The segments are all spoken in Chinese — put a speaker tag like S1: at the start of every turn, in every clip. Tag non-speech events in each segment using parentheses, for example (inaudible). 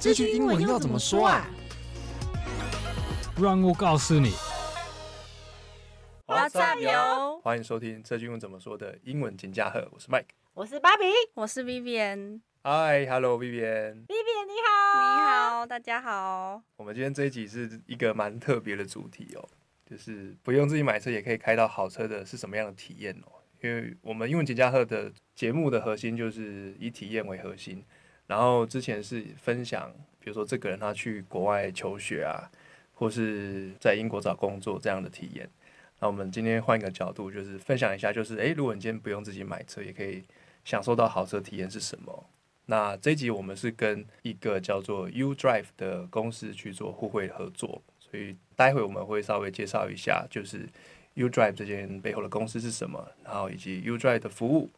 S1: 这句英文要怎么说啊？
S2: 让我告诉你。
S3: What's up, yo？
S4: 欢迎收听这句英文怎么说的英文金加贺，我是 Mike。
S3: 我是芭比。
S1: 我是 Vivian，
S4: Hi，Hello Vivian。
S3: Vivian，你
S1: 你
S3: 好。。
S1: 好，大家好。
S4: 我们今天这一集是一个蛮特别的主题哦，就是不用自己买车也可以开到好车的是什么样的体验哦？因为我们英文节加贺的节目的核心就是以体验为核心，然后之前是分享，比如说这个人他去国外求学啊，或是在英国找工作这样的体验。那我们今天换一个角度，就是分享一下，就是诶，如果你今天不用自己买车，也可以享受到好车体验是什么？那这一集我们是跟一个叫做 U Drive 的公司去做互惠合作，所以待会我们会稍微介绍一下，就是 U Drive 这间背后的公司是什么，然后以及 U Drive 的服务，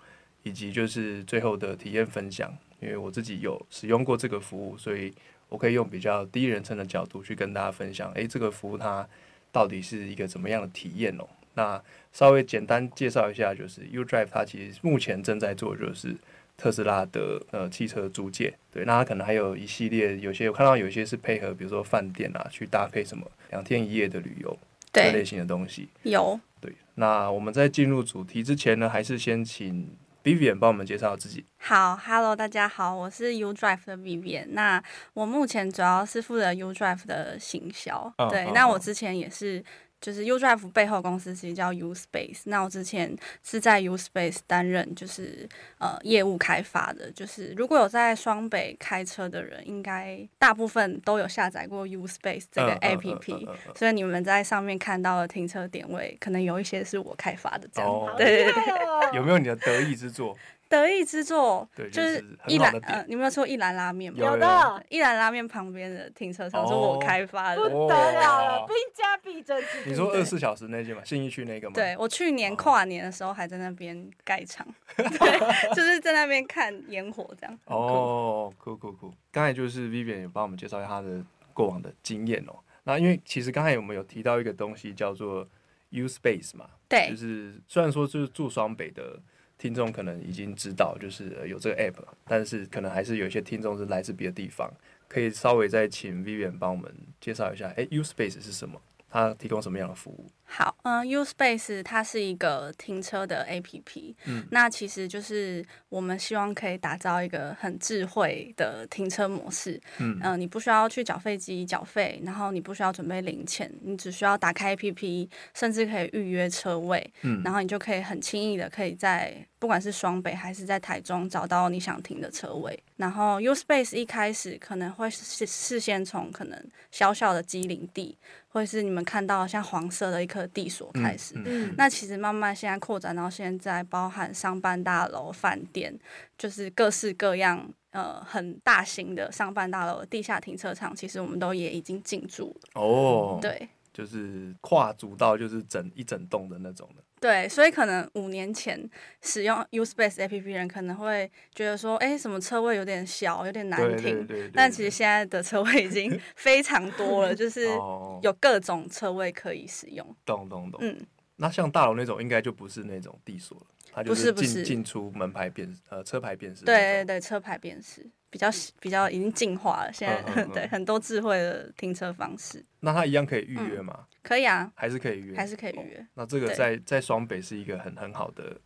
S4: 以及就是最后的体验分享。因为我自己有使用过这个服务，所以我可以用比较第一人称的角度去跟大家分享，诶，这个服务它到底是一个怎么样的体验哦？那稍微简单介绍一下，就是 U Drive 它其实目前正在做的就是特斯拉的呃汽车租借，对，那它可能还有一系列，有些我看到有些是配合，比如说饭店啊，去搭配什么两天一夜的旅游这类
S1: 对，
S4: 型的东西。
S1: 有。
S4: 对，那我们在进入主题之前呢，还是先请 Vivian 帮我们介绍自己。
S1: 好，Hello，大家好，我是 U Drive 的 Vivian。那我目前主要是负责 U Drive 的行销。
S4: 嗯
S1: 对，
S4: 嗯
S1: 那
S4: 嗯
S1: 我之前也是，就是 U Drive 背后公司其实叫 U Space。那我之前是在 U Space 担任就是呃业务开发的，就是如果有在双北开车的人，应该大部分都有下载过 U Space 这个
S4: 嗯嗯嗯
S1: APP、
S4: 嗯嗯嗯
S1: 所以你们在上面看到的停车点位，可能有一些是我开发的这样。
S4: 哦
S1: 对对对。
S4: 嗯有没有你的得意之作？
S1: 得意之作，
S4: 对
S1: 就
S4: 就是
S1: 是
S4: 很
S1: 一
S4: 好
S1: 兰
S4: 的点
S1: 呃，你有没有吃过一兰拉面吗？
S4: 有
S3: 有
S4: 有
S3: 的，
S1: 一兰拉面旁边的停车场是
S4: 哦
S1: 我开发的，
S3: 不得了
S4: 哦
S3: 了，兵家必争之地。
S4: 你说二十四小时那间嘛，信义区那个嘛？
S1: 对我去
S4: 哦
S1: 年跨年的时候还在那边盖场， (laughs) 对，就是在那边看烟火这样。很酷，
S4: 哦，酷酷酷！刚才就是 Vivian 也帮我们介绍一下她的过往的经验哦。那因为其实刚才我们有提到一个东西叫做 U Space 嘛，就
S1: 对
S4: 是虽然说就是住双北的听众可能已经知道，就是呃有这个 app，但是可能还是有一些听众是来自别的地方，可以稍微再请 Vivian 帮我们介绍一下，哎，U Space 是什么？它提供什么样的服务？
S1: 好，嗯，U Space 它是一个停车的 APP，
S4: 嗯
S1: 那其实就是我们希望可以打造一个很智慧的停车模式，
S4: 嗯
S1: 嗯、你不需要去缴费机缴费，然后你不需要准备零钱，你只需要打开 APP，甚至可以预约车位，
S4: 嗯
S1: 然后你就可以很轻易的可以在不管是双北还是在台中找到你想停的车位。然后 U Space 一开始可能会事事先从可能小小的机林地，或是你们看到像黄色的一颗地所开始，
S3: 嗯
S1: 那其实慢慢现在扩展到现在，包含商办大楼、饭店，就是各式各样呃很大型的商办大楼、地下停车场，其实我们都也已经进驻了。
S4: 哦，，
S1: 嗯对
S4: 就是跨足到就是整一整栋的那种的，
S1: 对，所以可能五年前使用 Uspace APP 的人可能会觉得说，哎，什么车位有点小，有点难
S4: 对
S1: 停。
S4: 对对对，哦
S1: 但其实
S4: 对
S1: 现在的车位已经 (laughs) 非常多了，就是
S4: 哦
S1: 有各种车位可以使用。
S4: 懂懂懂。
S1: 嗯，
S4: 那像大楼那种应该就不是那种地锁了，它就
S1: 不是不
S4: 进
S1: 是
S4: 进出门牌辨识呃车牌辨识那种。
S1: 对对对，车牌辨识比较比较已经进化了，现在、 (laughs)
S4: 嗯嗯嗯
S1: 对很多智慧的停车方式，
S4: 那它一样可以预
S1: 嗯
S4: 约吗？
S1: 可以啊，
S4: 还是可以预约？
S1: 还是可以
S4: 哦
S1: 预约。
S4: 那这个
S1: 对
S4: 在在双北是一个很很好的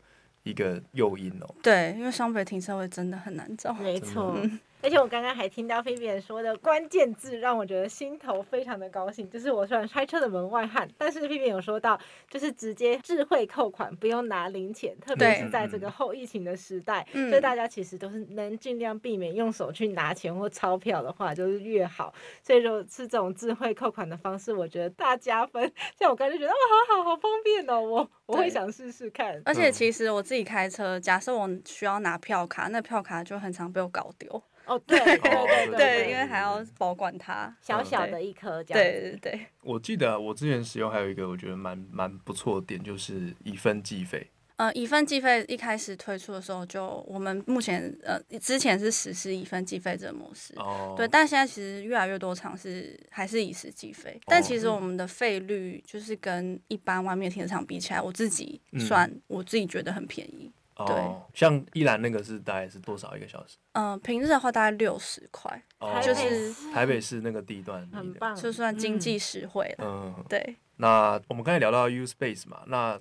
S4: 一个诱因哦。
S1: 对，因为双北停车位真的很难找。
S3: 没错。而且我刚刚还听到菲比安说的关键字，让我觉得心头非常的高兴。就是我虽然开车的门外汉，但是菲比安有说到，就是直接智慧扣款，不用拿零钱，特别
S1: 对
S3: 是
S4: 嗯
S3: 在这个后疫情的时代，
S1: 嗯
S3: 所以大家其实都是能尽量避免用手去拿钱或钞票的话，就是越好。所以如果是这种智慧扣款的方式，我觉得大加分。像我刚才就觉得，哦，好好好方便哦，我我会
S1: 对
S3: 想试试看。
S1: 而且其实我自己开车，假设我需要拿票卡，那票卡就很常被我搞丢。
S3: 哦，对对对
S4: 对
S1: 呃对，因为还要保管它。
S3: 小小的一颗这样
S1: 对
S3: 子。
S1: 对对，
S4: 我记得啊我之前使用还有一个我觉得蛮蛮不错的点，就是以分计费。
S1: 呃，以分计费一开始推出的时候就，我们目前呃之前是实施以分计费这个模式，
S4: 哦，
S1: 对，但现在其实越来越多厂是还是以时计费，但
S4: 哦
S1: 其
S4: 嗯
S1: 实我们的费率就是跟一般外面停车场比起来，我自己
S4: 嗯
S1: 算、我自己觉得很便宜。
S4: 哦，像依兰那个是大概是多少一个小时？
S1: 嗯、平日的话大概六十块，
S4: 哦，
S1: 就是
S4: 台北市那个地段离
S3: 很
S4: 的。
S3: 棒，
S1: 就算经济实惠了。
S4: 嗯，
S1: 对，
S4: 那我们刚才聊到 U Space 嘛，那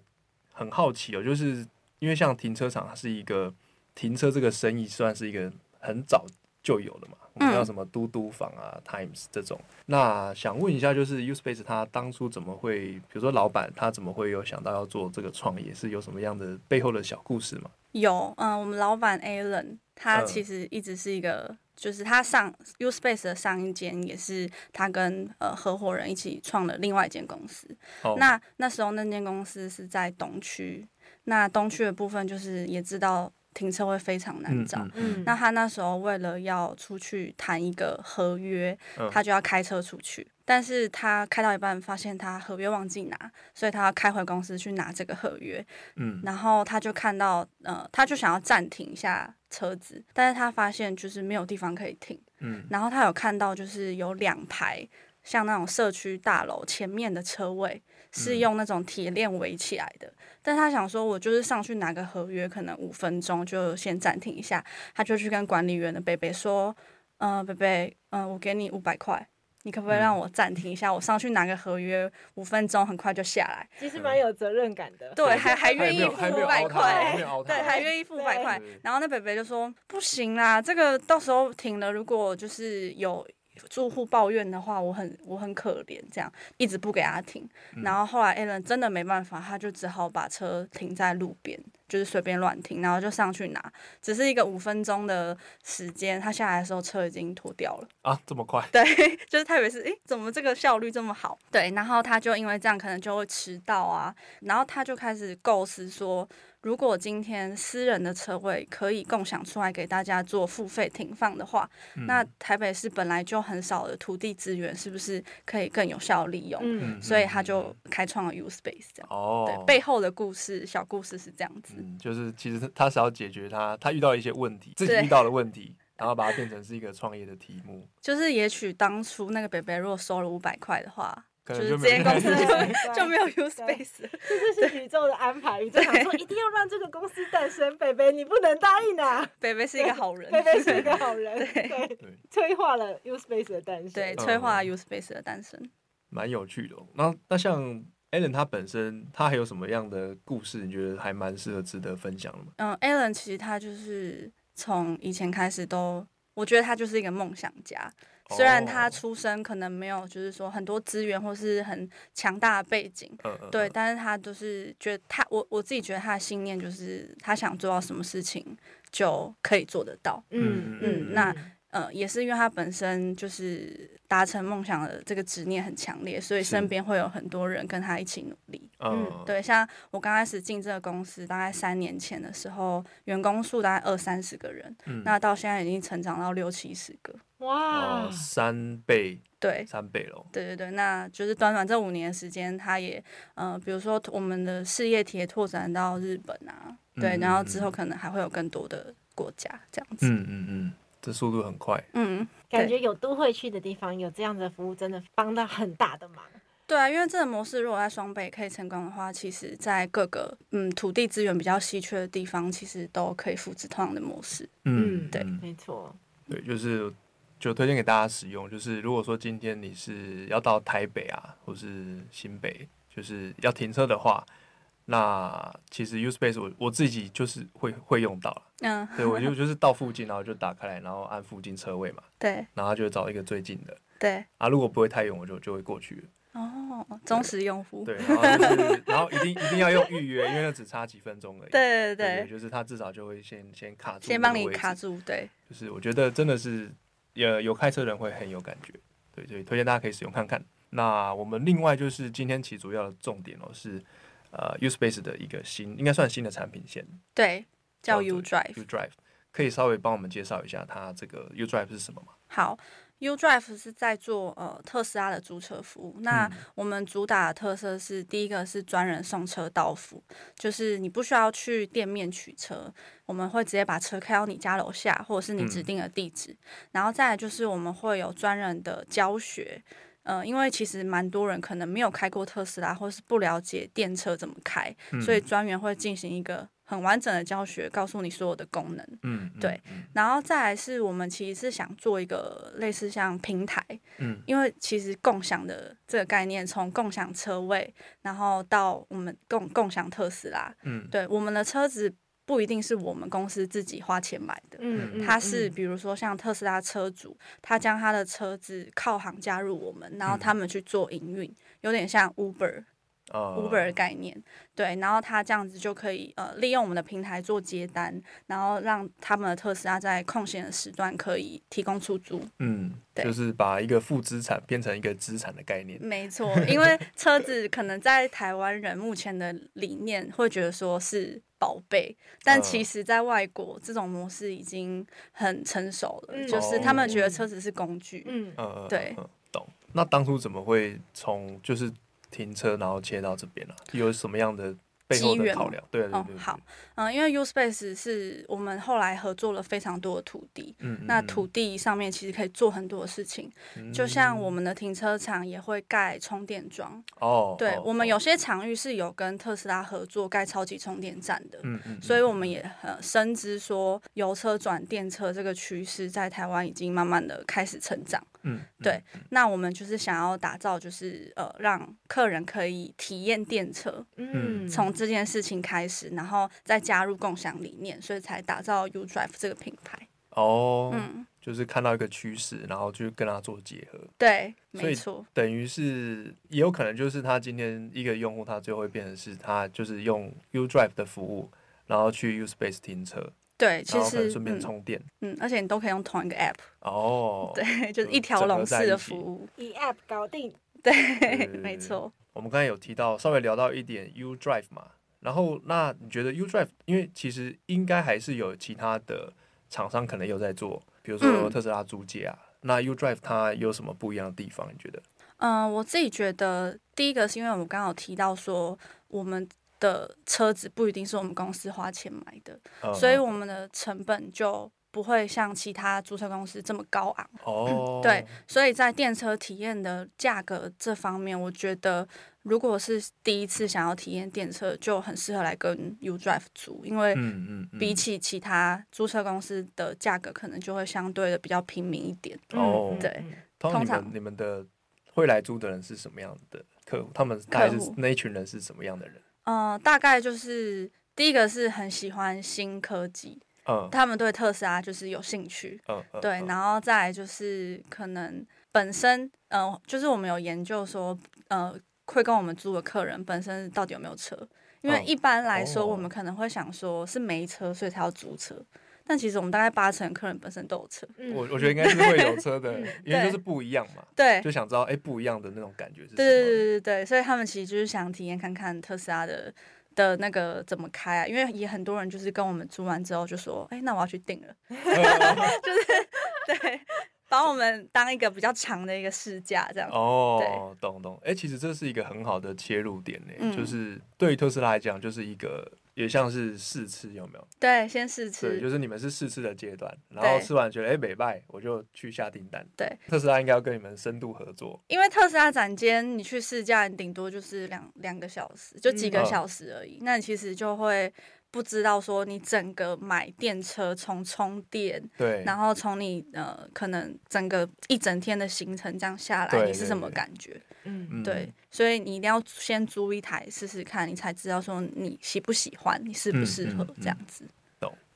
S4: 很好奇哦，就是因为像停车场它是一个停车这个生意算是一个很早就有的嘛，
S1: 嗯
S4: 我们叫什么嘟嘟房啊、Times 这种。那想问一下，就是 U Space 它当初怎么会，比如说老板他怎么会有想到要做这个创业，是有什么样的背后的小故事吗？
S1: 有，嗯、我们老板 Alan 他
S4: 嗯
S1: 其实一直是一个，就是他上 U Space 的上一间也是他跟呃合伙人一起创了另外一间公司。
S4: 哦，
S1: 那那时候那间公司是在东区，那东区的部分就是也知道停车位非常难找。
S3: 嗯，
S1: 那他那时候为了要出去谈一个合约，
S4: 嗯
S1: 他就要开车出去，但是他开到一半发现他合约忘记拿，所以他要开回公司去拿这个合约。
S4: 嗯
S1: 然后他就看到，呃，他就想要暂停一下车子，但是他发现就是没有地方可以停。
S4: 嗯
S1: 然后他有看到就是有两排像那种社区大楼前面的车位是
S4: 嗯
S1: 用那种铁链围起来的，但他想说，我就是上去拿个合约，可能五分钟就先暂停一下，他就去跟管理员的贝贝说，呃，贝贝，嗯、我给你五百块。你可不可以
S4: 嗯
S1: 让我暂停一下？我上去拿个合约，五分钟很快就下来。
S3: 其实蛮有责任感的，
S1: 对，还还愿
S4: 没
S1: 意
S4: 有
S1: 付
S4: 还没有
S1: 五百
S4: 凹他哦还
S1: 块
S4: 没，有凹他
S1: 对，还愿意付
S3: 对
S1: 百块
S4: 对。
S1: 然后那北北就说：“不行啦，这个到时候停了，如果就是有住户抱怨的话，我很我很可怜，这样一直不给他停。然后后来 a l n 真的没办法，他就只好把车停在路边，就是随便乱停，然后就上去拿，只是一个五分钟的时间，他下来的时候车已经脱掉了。
S4: 啊，这么快，
S1: (laughs) 对，就是特别是，诶，怎么这个效率这么好？对，然后他就因为这样可能就会迟到啊，然后他就开始构思说，如果今天私人的车位可以共享出来给大家做付费停放的话，
S4: 嗯
S1: 那台北市本来就很少的土地资源，是不是可以更有效利用？
S3: 嗯，
S1: 所以他就开创了 U Space 这样。
S4: 哦
S1: 对，，背后的故事小故事是这样子。
S4: 嗯，就是其实他是要解决他他遇到一些问题，自己
S1: 对
S4: 遇到的问题，然后把它变成是一个创业的题目，
S1: 就是也许当初那个北北如果收了五百块的话，
S4: 可
S1: 就是
S4: 能
S1: 这
S4: 就没
S1: 间公 (laughs) 司
S3: 对
S1: 就就没有 U
S3: 对
S1: Space 了。
S3: 这就是宇宙的安
S1: (laughs)
S3: 排。宇宙想说一定要让这个公司诞生，贝贝你不能答应
S1: (laughs)
S3: 啊！
S1: 北北是一个好 (laughs) 人，
S3: 贝贝是一个好人，对，
S4: 对，
S3: 催化了 U Space 的诞生。
S1: 对，
S4: 嗯
S1: 催化 U Space 的诞生。
S4: 蛮有趣的哦、那那像 Alan 他本身他还有什么样的故事？你觉得还蛮适合值得分享的吗？
S1: 嗯 a l a n 其实他就是从以前开始都，我觉得他就是一个梦想家。虽然他
S4: 哦
S1: 出生可能没有，就是说很多资源或是很强大的背景，
S4: 嗯嗯，
S1: 对，
S4: 嗯
S1: 但是他就是觉得他，我我自己觉得他的信念就是他想做到什么事情就可以做得到。
S3: 嗯
S1: 嗯那呃，也是因为他本身就是达成梦想的这个执念很强烈，所以
S4: 是
S1: 身边会有很多人跟他一起努力。
S4: 嗯，
S1: 对，像我刚开始进这个公司，大概三年前的时候，员工数大概二三十个人，
S4: 嗯
S1: 那到现在已经成长到六七十个。
S3: 哇啊
S4: 哦，三倍
S1: 对，
S4: 三倍喽，
S1: 对对对，那就是短短这五年的时间，他也呃，比如说我们的事业体也拓展到日本啊，对，
S4: 嗯
S1: 然后
S4: 嗯
S1: 之后
S4: 嗯
S1: 可能还会有更多的国家这样子。
S4: 嗯嗯嗯，这速度很快，
S1: 嗯，
S3: 感
S1: 对
S3: 觉有都会去的地方有这样的服务，真的帮到很大的忙。
S1: 对啊，因为这个模式如果在双北可以成功的话，其实在各个嗯土地资源比较稀缺的地方，其实都可以复制同样的模式。
S3: 嗯
S1: 对
S3: 没错，
S4: 对，就是就推荐给大家使用。就是如果说今天你是要到台北啊，或是新北，就是要停车的话，那其实 U Space 我我自己就是会会用到了。
S1: 嗯，
S4: 对，我就就是到附近，然后就打开来，然后按附近车位嘛，
S1: 对
S4: 然后就找一个最近的。
S1: 对。
S4: 啊，如果不会太远，我就就会过去了。
S1: 哦，忠实用户。
S4: 对，然后就是，然后一定一定要用预约，因为那只差几分钟而已。
S1: 对对
S4: 对，
S1: 对，
S4: 就是他至少就会先先卡住，
S1: 先帮你卡。住。对，
S4: 就是我觉得真的是，呃，有开车的人会很有感觉，对，所以推荐大家可以使用看看。那我们另外就是今天其实主要的重点哦是，呃，Uspace 的一个新，应该算新的产品线，
S1: 对，叫
S4: 做
S1: U Drive
S4: U。Drive，可以稍微帮我们介绍一下它这个 U Drive 是什么吗？
S1: 好，U Drive 是在做呃特斯拉的租车服务。那
S4: 嗯
S1: 我们主打的特色是，第一个是专人送车到府，就是你不需要去店面取车，我们会直接把车开到你家楼下，或者是你指
S4: 嗯
S1: 定的地址。然后再来就是我们会有专人的教学。呃，因为其实蛮多人嗯
S3: 嗯
S1: 可能没有开过特斯拉，或是不了解电车怎么开，所以专员会进行一个很完整的教学，告诉你所有的功能。
S4: 嗯，
S1: 对
S4: 嗯，
S1: 然后再来是我们其实是想做一个类似像平台，
S4: 嗯，
S1: 因为其实共享的这个概念，从共享车位，然后到我们共共享特斯拉，
S4: 嗯，
S1: 对，我们的车子不一定是我们公司自己花钱买的，
S3: 嗯，
S1: 他是比如说像特斯拉车主，他将他的车子靠行加入我们，然后
S4: 嗯
S1: 他们去做营运，有点像 Uber
S4: 啊
S1: Uber 的概念，对，然后他这样子就可以呃利用我们的平台做接单，然后让他们的特斯拉在空闲的时段可以提供出租。
S4: 嗯，
S1: 对
S4: 就是把一个负资产变成一个资产的概念。
S1: 没错，因
S4: (laughs)
S1: 为车子可能在台湾人目前的理念会觉得说是宝贝，但
S4: 嗯
S1: 其实在外国这种模式已经很成熟了，
S3: 嗯
S1: 就是他们觉得
S3: 哦
S1: 车子是工具。
S3: 嗯，
S4: 呃，
S1: 对
S4: 嗯，懂。那当初怎么会从就是停车然后切到这边呢、啊有什么样的背后
S1: 机
S4: 的
S1: 缘
S4: 考
S1: 吗
S4: 量？对对对
S1: 哦好，嗯、因为 U Space 是我们后来合作了非常多的土地，
S4: 对嗯，嗯
S1: 那
S4: 嗯
S1: 土地上面其实可以做很多的事情，就像我们的停车场也会盖充电桩，
S4: 哦，
S1: 对、
S4: 哦
S1: 我们
S4: 哦
S1: 有些场域是有跟特斯拉合作盖超级充电站的。
S4: 嗯嗯，
S1: 所以
S4: 嗯
S1: 我们也很深知说，油车转电车这个趋势在台湾已经慢慢的开始成长。
S4: 嗯，嗯
S1: 对，那我们就是想要打造，就是呃，让客人可以体验电车，
S3: 嗯，
S1: 从这件事情开始，然后再加入共享理念，所以才打造 U Drive 这个品牌。
S4: 哦，
S1: 嗯，
S4: 就是看到一个趋势，然后就跟它做结合，
S1: 对，
S4: 所以
S1: 没错，
S4: 等于是也有可能就是他今天一个用户，他最后会变成是他就是用 U Drive 的服务，然后去 U Space 停车，
S1: 对，其
S4: 然后可能
S1: 实
S4: 顺便
S1: 嗯
S4: 充电。
S1: 嗯，而且你都可以用同一个 app，
S4: 哦，
S1: 对，就是
S4: 就
S1: 一条
S4: 整合
S1: 龙
S4: 在
S1: 式
S4: 一
S1: 的
S4: 起
S1: 服务，
S3: 以 App 搞定，
S4: 对
S1: (laughs) 对，
S4: 对
S1: 没错。
S4: 我们刚才有提到，稍微聊到一点 U Drive 嘛，然后那你觉得 U Drive，因为其实应该还是有其他的厂商可能有在做，比如说
S1: 嗯
S4: 特斯拉租借啊，那 U Drive 它有什么不一样的地方？你觉得？
S1: 嗯，我自己觉得，第一个是因为我们刚好提到说，我们的车子不一定是我们公司花钱买的，
S4: 呃
S1: 所以我们的成本就不会像其他租车公司这么高昂。
S4: 哦，
S1: 嗯对，所以在电车体验的价格这方面，我觉得如果是第一次想要体验电车，就很适合来跟 U Drive 租，因为
S4: 嗯嗯嗯，
S1: 比起其他租车公司的价格，可能就会相对的比较平民一点。
S4: 哦，
S1: 嗯对，
S3: 嗯
S4: 通常你
S1: 通
S4: 们
S1: 常
S4: 你们的会来租的人是什么样的客户？他们大概
S1: 客
S4: 是
S1: 户
S4: 那一群人是什么样的人？
S1: 呃，大概就是第一个是很喜欢新科技，
S4: 嗯
S1: 他们对特斯拉就是有兴趣，
S4: 嗯嗯，
S1: 对，
S4: 嗯
S1: 然后再来就是可能本身，呃，就是我们有研究说，呃，会跟我们租的客人本身到底有没有车，因为
S4: 嗯
S1: 一般来说我
S4: 哦
S1: 们可能会想说是没车，所以才要租车，但其实我们大概八成客人本身都有车，
S3: 嗯，
S4: 我我觉得应该是会有车的
S3: 嗯，
S4: 因为就
S1: 对
S4: 是不一样嘛，
S1: 对，
S4: 就想知道哎不一样的那种感觉是什么。
S1: 对对对对对，所以他们其实就是想体验看看特斯拉的的那个怎么开啊，因为也很多人就是跟我们租完之后就说，哎，那我要去订
S4: (laughs)
S1: 了，就是对，把我们当一个比较长的一个试驾这样。
S4: 哦，懂懂，哎、其实这是一个很好的切入点呢、
S1: 嗯
S4: 就是对于特斯拉来讲，就是一个也像是试吃，有没有？
S1: 对，先试
S4: 对，就
S1: 吃。
S4: 是你们是试吃的阶段，然后
S1: 对
S4: 吃完觉得哎美拜，我就去下订单。
S1: 对，
S4: 特斯拉应该要跟你们深度合作，
S1: 因为特斯拉展间，你去试驾，你顶多就是两两个小时，就几
S4: 嗯
S1: 个
S4: 嗯
S1: 小时而已。那你其实就会不知道说，你整个买电车从充电，
S4: 对，
S1: 然后从你呃可能整个一整天的行程这样下来，
S4: 对
S1: 你是
S4: 对
S1: 什么
S4: 对
S1: 感觉？
S3: 嗯，
S4: 嗯
S1: 对，，所以你一定要先租一台试试看，你才知道说你喜不喜欢，你适不
S4: 嗯
S1: 适
S4: 嗯
S1: 合
S4: 嗯
S1: 这样子。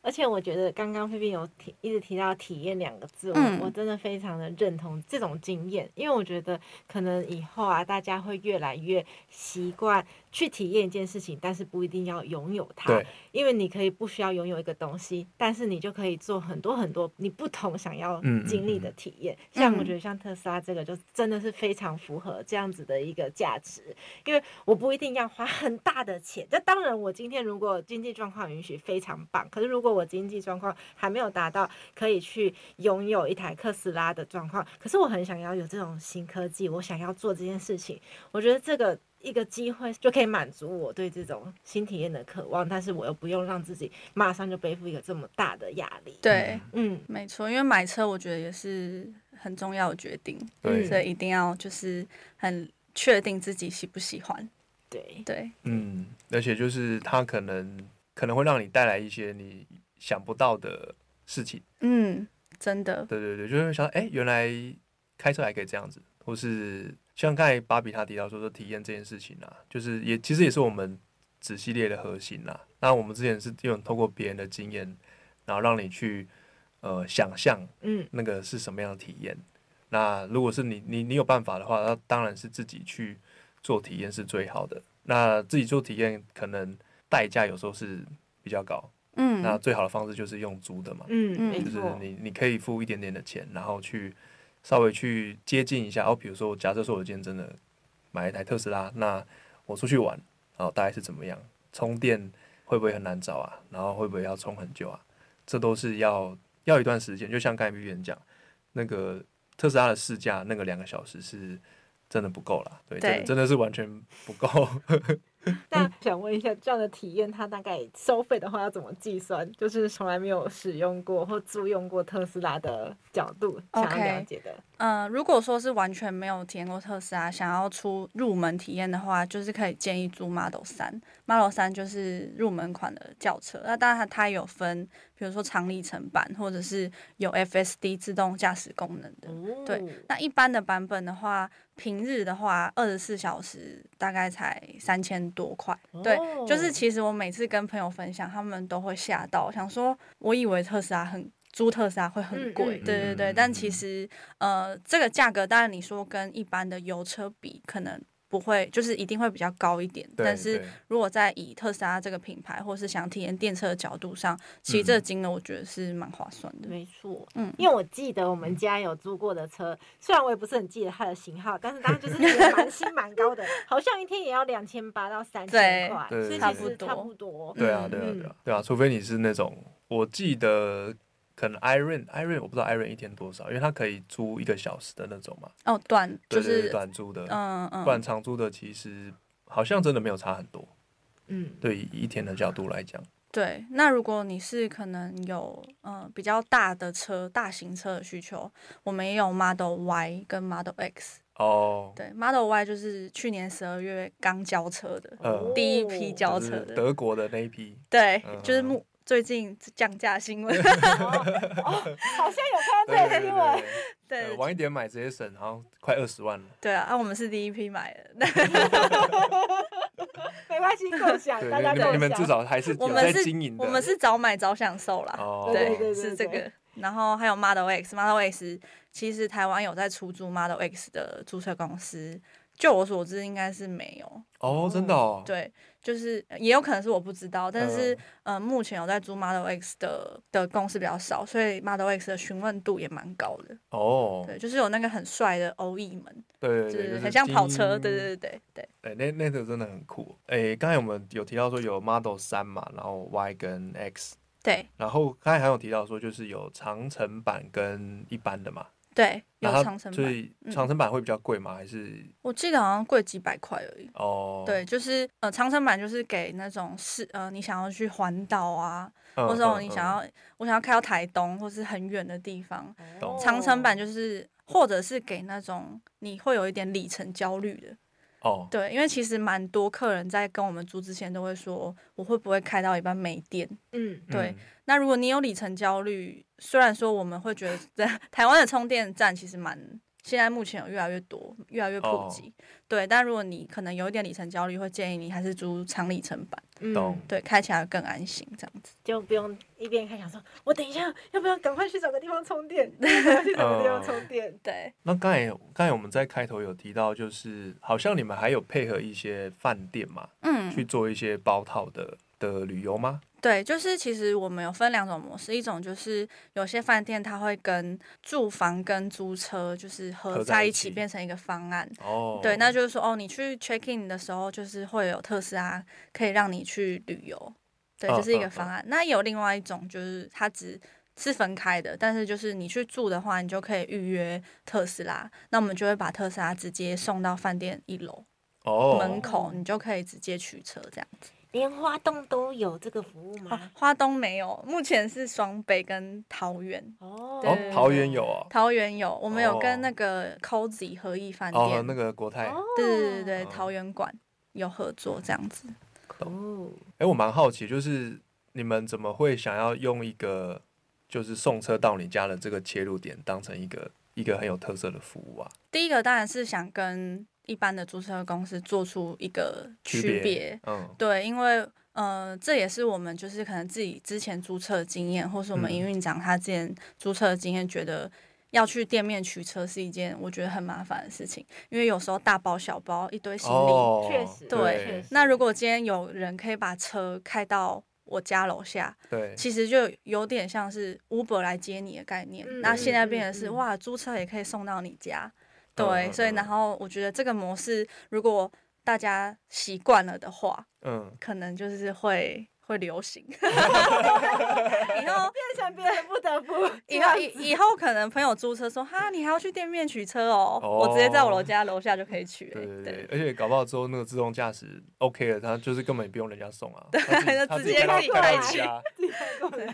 S3: 而且我觉得刚刚菲菲有提一直提到体验两个字，我、
S1: 嗯
S3: 我真的非常的认同这种经验，因为我觉得可能以后啊，大家会越来越习惯去体验一件事情，但是不一定要拥有它。
S4: 对，
S3: 因为你可以不需要拥有一个东西，但是你就可以做很多很多你不同想要
S4: 嗯嗯
S3: 经历的体验。像我觉得像特斯拉这个，就真的是非常符合这样子的一个价值，因为我不一定要花很大的钱。那当然，我今天如果经济状况允许，非常棒。可是如果我经济状况还没有达到可以去拥有一台特斯拉的状况，可是我很想要有这种新科技，我想要做这件事情，我觉得这个一个机会就可以满足我对这种新体验的渴望，但是我又不用让自己马上就背负一个这么大的压力。，
S1: 对，
S3: 嗯，
S1: 没错，因为买车我觉得也是很重要的决定，
S4: 对，
S1: 嗯所以一定要就是很确定自己喜不喜欢。
S3: 对，
S1: 对，
S4: 嗯，而且就是他可能可能会让你带来一些你想不到的事情。
S1: 嗯，真的，
S4: 对对对，就是会想，哎、原来开车还可以这样子，或是像刚才芭比他提到说说体验这件事情啊，就是也其实也是我们子系列的核心啦、那我们之前是用透过别人的经验，然后让你去呃想象
S3: 嗯
S4: 那个是什么样的体验。那如果是你你你有办法的话，那当然是自己去做体验是最好的。那自己做体验可能代价有时候是比较高，
S1: 嗯，
S4: 那最好的方式就是用租的嘛，
S3: 嗯，
S1: 嗯
S3: 没
S4: 就是
S3: 错，
S4: 你你可以付一点点的钱，然后去稍微去接近一下。哦，比如说，假设说我今天真的买了一台特斯拉，那我出去玩，然后大概是怎么样？充电会不会很难找啊？然后会不会要充很久啊？这都是要要一段时间。就像刚才 B B 人讲，那个特斯拉的试驾那个两个小时是真的不够啦，对，真的
S1: 对
S4: 真的是完全不够。 (laughs)
S3: 那想问一下，这样的体验它大概收费的话要怎么计算？就是从来没有使用过或租用过特斯拉的角度，想
S1: OK
S3: 要了解的。
S1: 呃，如果说是完全没有体验过特斯拉，想要出入门体验的话，就是可以建议租 Model 三。Model 三就是入门款的轿车，那当然它它有分，比如说长里程版，或者是有 FSD 自动驾驶功能的。
S3: 哦
S1: 对，那一般的版本的话，平日的话，二十四小时大概才三千多块。对，
S4: 哦
S1: 就是其实我每次跟朋友分享，他们都会吓到，想说我以为特斯拉很租特斯拉会很贵，
S3: 嗯嗯
S1: 对对对，
S4: 嗯
S1: 但其实呃这个价格当然你说跟一般的油车比，可能不会就是一定会比较高一点，
S4: 对
S1: 但是
S4: 对
S1: 如果在以特斯拉这个品牌或是想体验电车的角度上，其实
S4: 嗯
S1: 这个金额我觉得是蛮划算的，
S3: 没错，
S1: 嗯
S3: 因为我记得我们家有租过的车，虽然我也不是很记得它的型号，但是当时就是觉得蛮新蛮
S1: (laughs)
S3: 高的，好像一天也要两千八到三千
S1: 对
S3: 块，
S4: 对
S3: 所以
S4: 差
S3: 其
S4: 不
S3: 实
S1: 多
S3: 差不多。
S4: 对啊，
S1: 嗯
S4: 对啊，
S3: 嗯
S4: 对啊，对啊，除非你是那种，我记得可能 Iron Iron 我不知道 Iron 一天多少，因为它可以租一个小时的那种嘛，
S1: 哦短就
S4: 对对
S1: 是
S4: 对，短租的，
S1: 嗯嗯
S4: 不然长租的其实好像真的没有差很多。
S3: 嗯，
S4: 对于一天的角度来讲，
S1: 对，那如果你是可能有呃比较大的车、大型车的需求，我们也有 Model Y 跟 Model X。
S4: 哦，
S1: 对，Model Y 就是去年十二月刚交车的，
S4: 呃
S1: 第一批交
S4: 就
S1: 轿
S4: 是
S1: 车的
S4: 德国的那一批，
S1: 对，
S4: 嗯
S1: 就是目最近降价新
S4: (laughs)
S1: 闻，
S3: 哦，哦好像
S1: 啊
S3: 有看到这个
S4: 对
S3: 新
S4: 对
S3: 闻，
S4: 对，
S1: 对
S4: 呃晚一点买直接省，好像快二十万了。
S1: 对啊，啊我们是第一批买的，
S3: 没关系，够
S1: 啊
S3: 想，
S4: 对，
S3: 大家
S4: 你们你们
S3: 够
S4: 至
S3: 想。哦
S4: 少还是
S1: 我
S4: 有在
S1: 们
S4: 经营
S1: 是，
S4: 的。
S1: 我们是早买早享受啦，
S4: 哦，
S3: 对对
S1: 是这个。然后还有 Model X，Model X 其实台湾有在出租 Model X 的租车公司，就我所知应该是没有，
S4: 哦，真的哦，
S1: 对，就是呃也有可能是我不知道，但是
S4: 嗯、
S1: 呃，目前有在租 Model X 的的公司比较少，所以 Model X 的询问度也蛮高的。
S4: 哦，
S1: 对，就是有那个很帅的欧裔们，
S4: 对对
S1: 就
S4: 对，就是是
S1: 很像跑车，对
S4: 精
S1: 对对对
S4: 哎、那那个真的很酷。哎、刚才我们有提到说有 Model 三嘛，然后 Y 跟 X，
S1: 对
S4: 然后刚才还有提到说就是有长城版跟一般的嘛，
S1: 对对，有
S4: 那它
S1: 长城
S4: 所
S1: 版，
S4: 以
S1: 嗯
S4: 长城版会比较贵吗？还是
S1: 我记得好像贵几百块而已。
S4: 哦，
S1: 对，就是呃，长城版就是给那种是呃，你想要去环岛啊，
S4: 嗯，
S1: 或
S4: 嗯
S1: 者说你想
S4: 嗯
S1: 要我想要开到台东或是很远的地方，
S4: 懂
S1: 长城版
S4: 哦
S1: 就是或者是给那种你会有一点里程焦虑的，
S4: 哦，
S1: 对，因为其实蛮多客人在跟我们租之前都会说，我会不会开到一半没电？
S3: 嗯，
S1: 对
S4: 嗯
S1: 那如果你有里程焦虑，虽然说我们会
S4: (laughs)
S1: 觉得在台湾的充电站其实蛮，现在目前有越来越多，越来越普
S4: 哦
S1: 及，对，但如果你可能有一点里程焦虑，会建议你还是租长里程版，
S3: 嗯
S4: 懂
S1: 对，开起来更安心这样子。
S3: 就不用一边看想说，我等一下要不要赶快去找个地方充 (laughs) 电，赶快去找个地方充电。
S1: 对，
S4: 那刚才刚才我们在开头有提到，就是好像你们还有配合一些饭店嘛，
S1: 嗯，
S4: 去做一些包套的的旅游吗？
S1: 对，就是其实我们有分两种模式，一种就是有些饭店它会跟住房跟租车就是合
S4: 合
S1: 在
S4: 在一
S1: 一起
S4: 起
S1: 变成一个方案。
S4: 哦，
S1: 对，那就是说哦，你去 check in 的时候，就是会有特斯拉可以让你去旅游，对，这
S4: 嗯
S1: 是一个
S4: 嗯
S1: 方
S4: 嗯
S1: 案。那有另外一种就是它只是分开的，但是就是你去住的话，你就可以预约特斯拉，那我们就会把特斯拉直接送到饭店一楼
S4: 哦
S1: 门口，你就可以直接取车这样。
S3: 莲花洞都有这个服务
S1: 啊？，花东没有，目前是双北跟桃园。
S3: 哦
S1: 对
S4: 哦，桃园有哦，
S1: 桃园有，我们有跟
S4: 哦
S1: 那个 Cozy 合意饭店，
S4: 哦，那个国泰。
S3: 哦，
S1: 对对对对，
S4: 哦
S1: 桃园馆有合作这样子。
S3: 哦，
S4: 哎、我蛮好奇，就是你们怎么会想要用一个就是送车到你家的这个切入点，当成一个一个很有特色的服务啊？
S1: 第一个当然是想跟一般的租车公司做出一个区别，
S4: 嗯，
S1: 对，因为呃，这也是我们就是可能自己之前租车的经验，或是我们
S4: 嗯
S1: 营运长他之前租车的经验，觉得要去店面取车是一件我觉得很麻烦的事情，因为有时候大包小包一堆行李。
S4: 哦
S3: 确实
S1: 对
S3: 确实
S1: 那如果今天有人可以把车开到我家楼下，
S4: 对，嗯
S1: 其实就有点像是 Uber 来接你的概念。
S3: 嗯
S1: 那现在变成
S3: 嗯
S1: 是、
S3: 嗯嗯
S1: 哇，租车也可以送到你家，对，
S4: 嗯嗯
S1: 所以然后我觉得这个模式如果大家习惯了的话，
S4: 嗯，
S1: 可能就是会会流行。 (laughs) 以后
S3: 变成别人不得不
S1: 以后以以后可能朋友租车说哈，你还要去店面取车哦，
S4: 哦
S1: 我直接在我楼家楼下就可以取、
S4: 对对
S1: 欸。
S4: 对，而且搞不好之后那个自动驾驶 OK 了，它就是根本不用人家送
S1: (laughs)
S4: 啊，它
S1: 它
S4: 它
S1: 自
S4: 己
S1: 己
S4: 开
S1: (laughs)
S4: 到
S1: 自己
S4: 开
S1: 开
S4: 到你
S1: 去
S4: 家。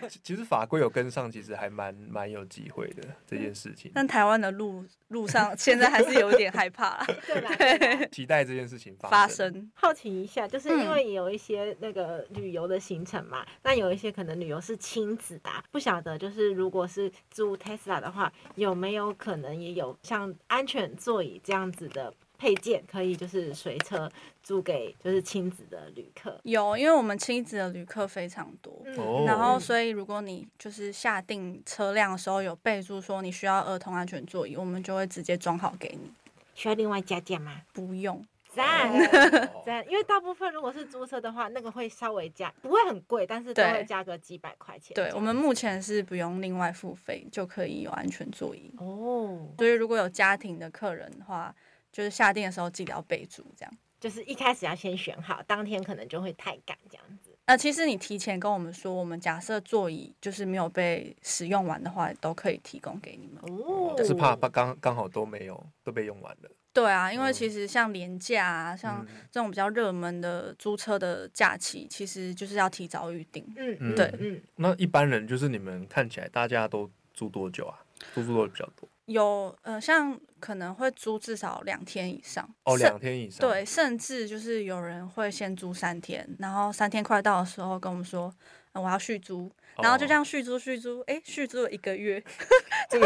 S4: 其其实法规有跟上，其实还蛮蛮有机会的这件事情。
S1: 但台湾的路路上现在还是有点害怕
S3: (laughs)
S1: 啦
S3: 对啦对啦
S4: 期待这件事情发
S1: 发
S4: 生。
S1: 生。
S3: 好奇一下，就是因
S1: 嗯
S3: 为有一些那个旅游的行程嘛，那有一些可能旅游是亲子的啊、不晓得就是如果是租 Tesla 的话，有没有可能也有像安全座椅这样子的配件，可以就是随车租给就是亲子的旅客？
S1: 有，因为我们亲子的旅客非常多，
S4: 哦
S1: 嗯然后，所以如果你就是下定车辆的时候有备注说你需要儿童安全座椅，我们就会直接装好给你，
S3: 需要另外加价吗？
S1: 不用。
S3: 赞。
S4: 哦
S3: 赞，因为大部分如果是租车的话，那个会稍微加，不会很贵，但是都
S1: 对
S3: 会加个几百块钱这
S1: 对
S3: 样。
S1: 我们目前是不用另外付费就可以有安全座椅，
S3: 哦，
S1: 所以如果有家庭的客人的话，就是下定的时候记得要备注这样。
S3: 就是一开始要先选好，当天可能就会太赶这样子。
S1: 那其实你提前跟我们说，我们假设座椅就是没有被使用完的话，都可以提供给你们。
S3: 哦
S4: 是怕怕刚刚好都没有，都被用完了。
S1: 对啊，因为
S4: 嗯
S1: 其实像廉价啊，像
S4: 嗯
S1: 这种比较热门的租车的假期，其实就是要提早预定。
S3: 嗯
S4: 嗯
S1: 对
S3: 嗯，
S4: 那一般人就是你们看起来大家都租多久啊？租租多久比较多？
S1: 有呃，像可能会租至少两天以上，
S4: 哦，
S1: 甚
S4: 两天以上。
S1: 对，甚至就是有人会先租三天，然后三天快到的时候跟我们说。呃我要续租，
S4: 哦，
S1: 然后就这样续租续租，诶，续租了一个
S4: (laughs)
S1: 月，我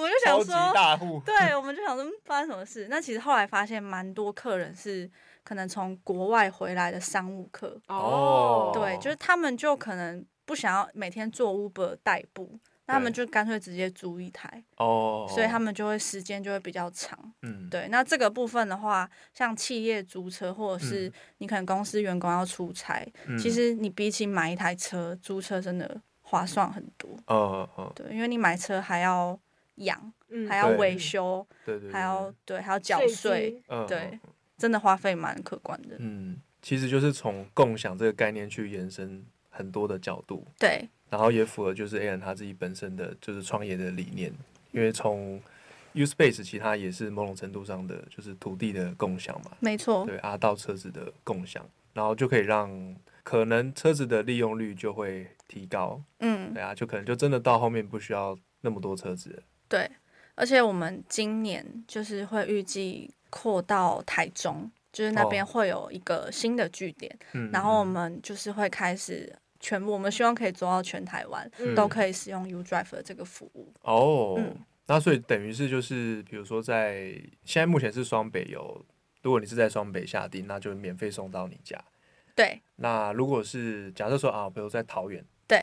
S1: 们就想
S4: 超级
S1: 说，
S4: 大户。
S1: 对，我们就想说嗯发生什么事。那其实后来发现，蛮多客人是可能从国外回来的商务客，
S4: 哦
S1: 对，就是他们就可能不想要每天做 Uber 代步，那他们就干脆直接租一台，
S4: 哦，
S1: (laughs) 所以他们就会时间就会比较长。
S4: 嗯，
S1: 对，那这个部分的话，像企业租车或者是
S4: 嗯
S1: 你可能公司员工要出差，
S4: 嗯
S1: 其实你比起买一台车，租车真的划算很多。
S4: 哦哦，
S1: 对，因为你买车还要养，
S3: 嗯
S1: 还要
S4: 对
S1: 维修，
S4: 对对，对
S1: 还要对，还要缴税，，
S4: 嗯
S1: 对，真的花费蛮可观的。
S4: 嗯，其实就是从共享这个概念去延伸很多的角度，
S1: 对，
S4: 然后也符合就是 Alan 他自己本身的就是创业的理念，因为从 U Space 其他也是某种程度上的就是土地的共享嘛，
S1: 没错，
S4: 对，阿道车子的共享，然后就可以让可能车子的利用率就会提高，
S1: 嗯
S4: 对。啊，就可能就真的到后面不需要那么多车子了，
S1: 对，而且我们今年就是会预计扩到台中，就是那边
S4: 哦
S1: 会有一个新的据点，
S4: 嗯，
S1: 然后我们就是会开始全部，我们希望可以做到全台湾、
S3: 嗯
S1: 都可以使用 U Drive 的这个服务。
S4: 哦，
S1: 嗯
S4: 那所以等于是就是，比如说在现在目前是双北有，如果你是在双北下定，那就免费送到你家。
S1: 对
S4: 那如果是假设说啊，比如在桃园，
S1: 对，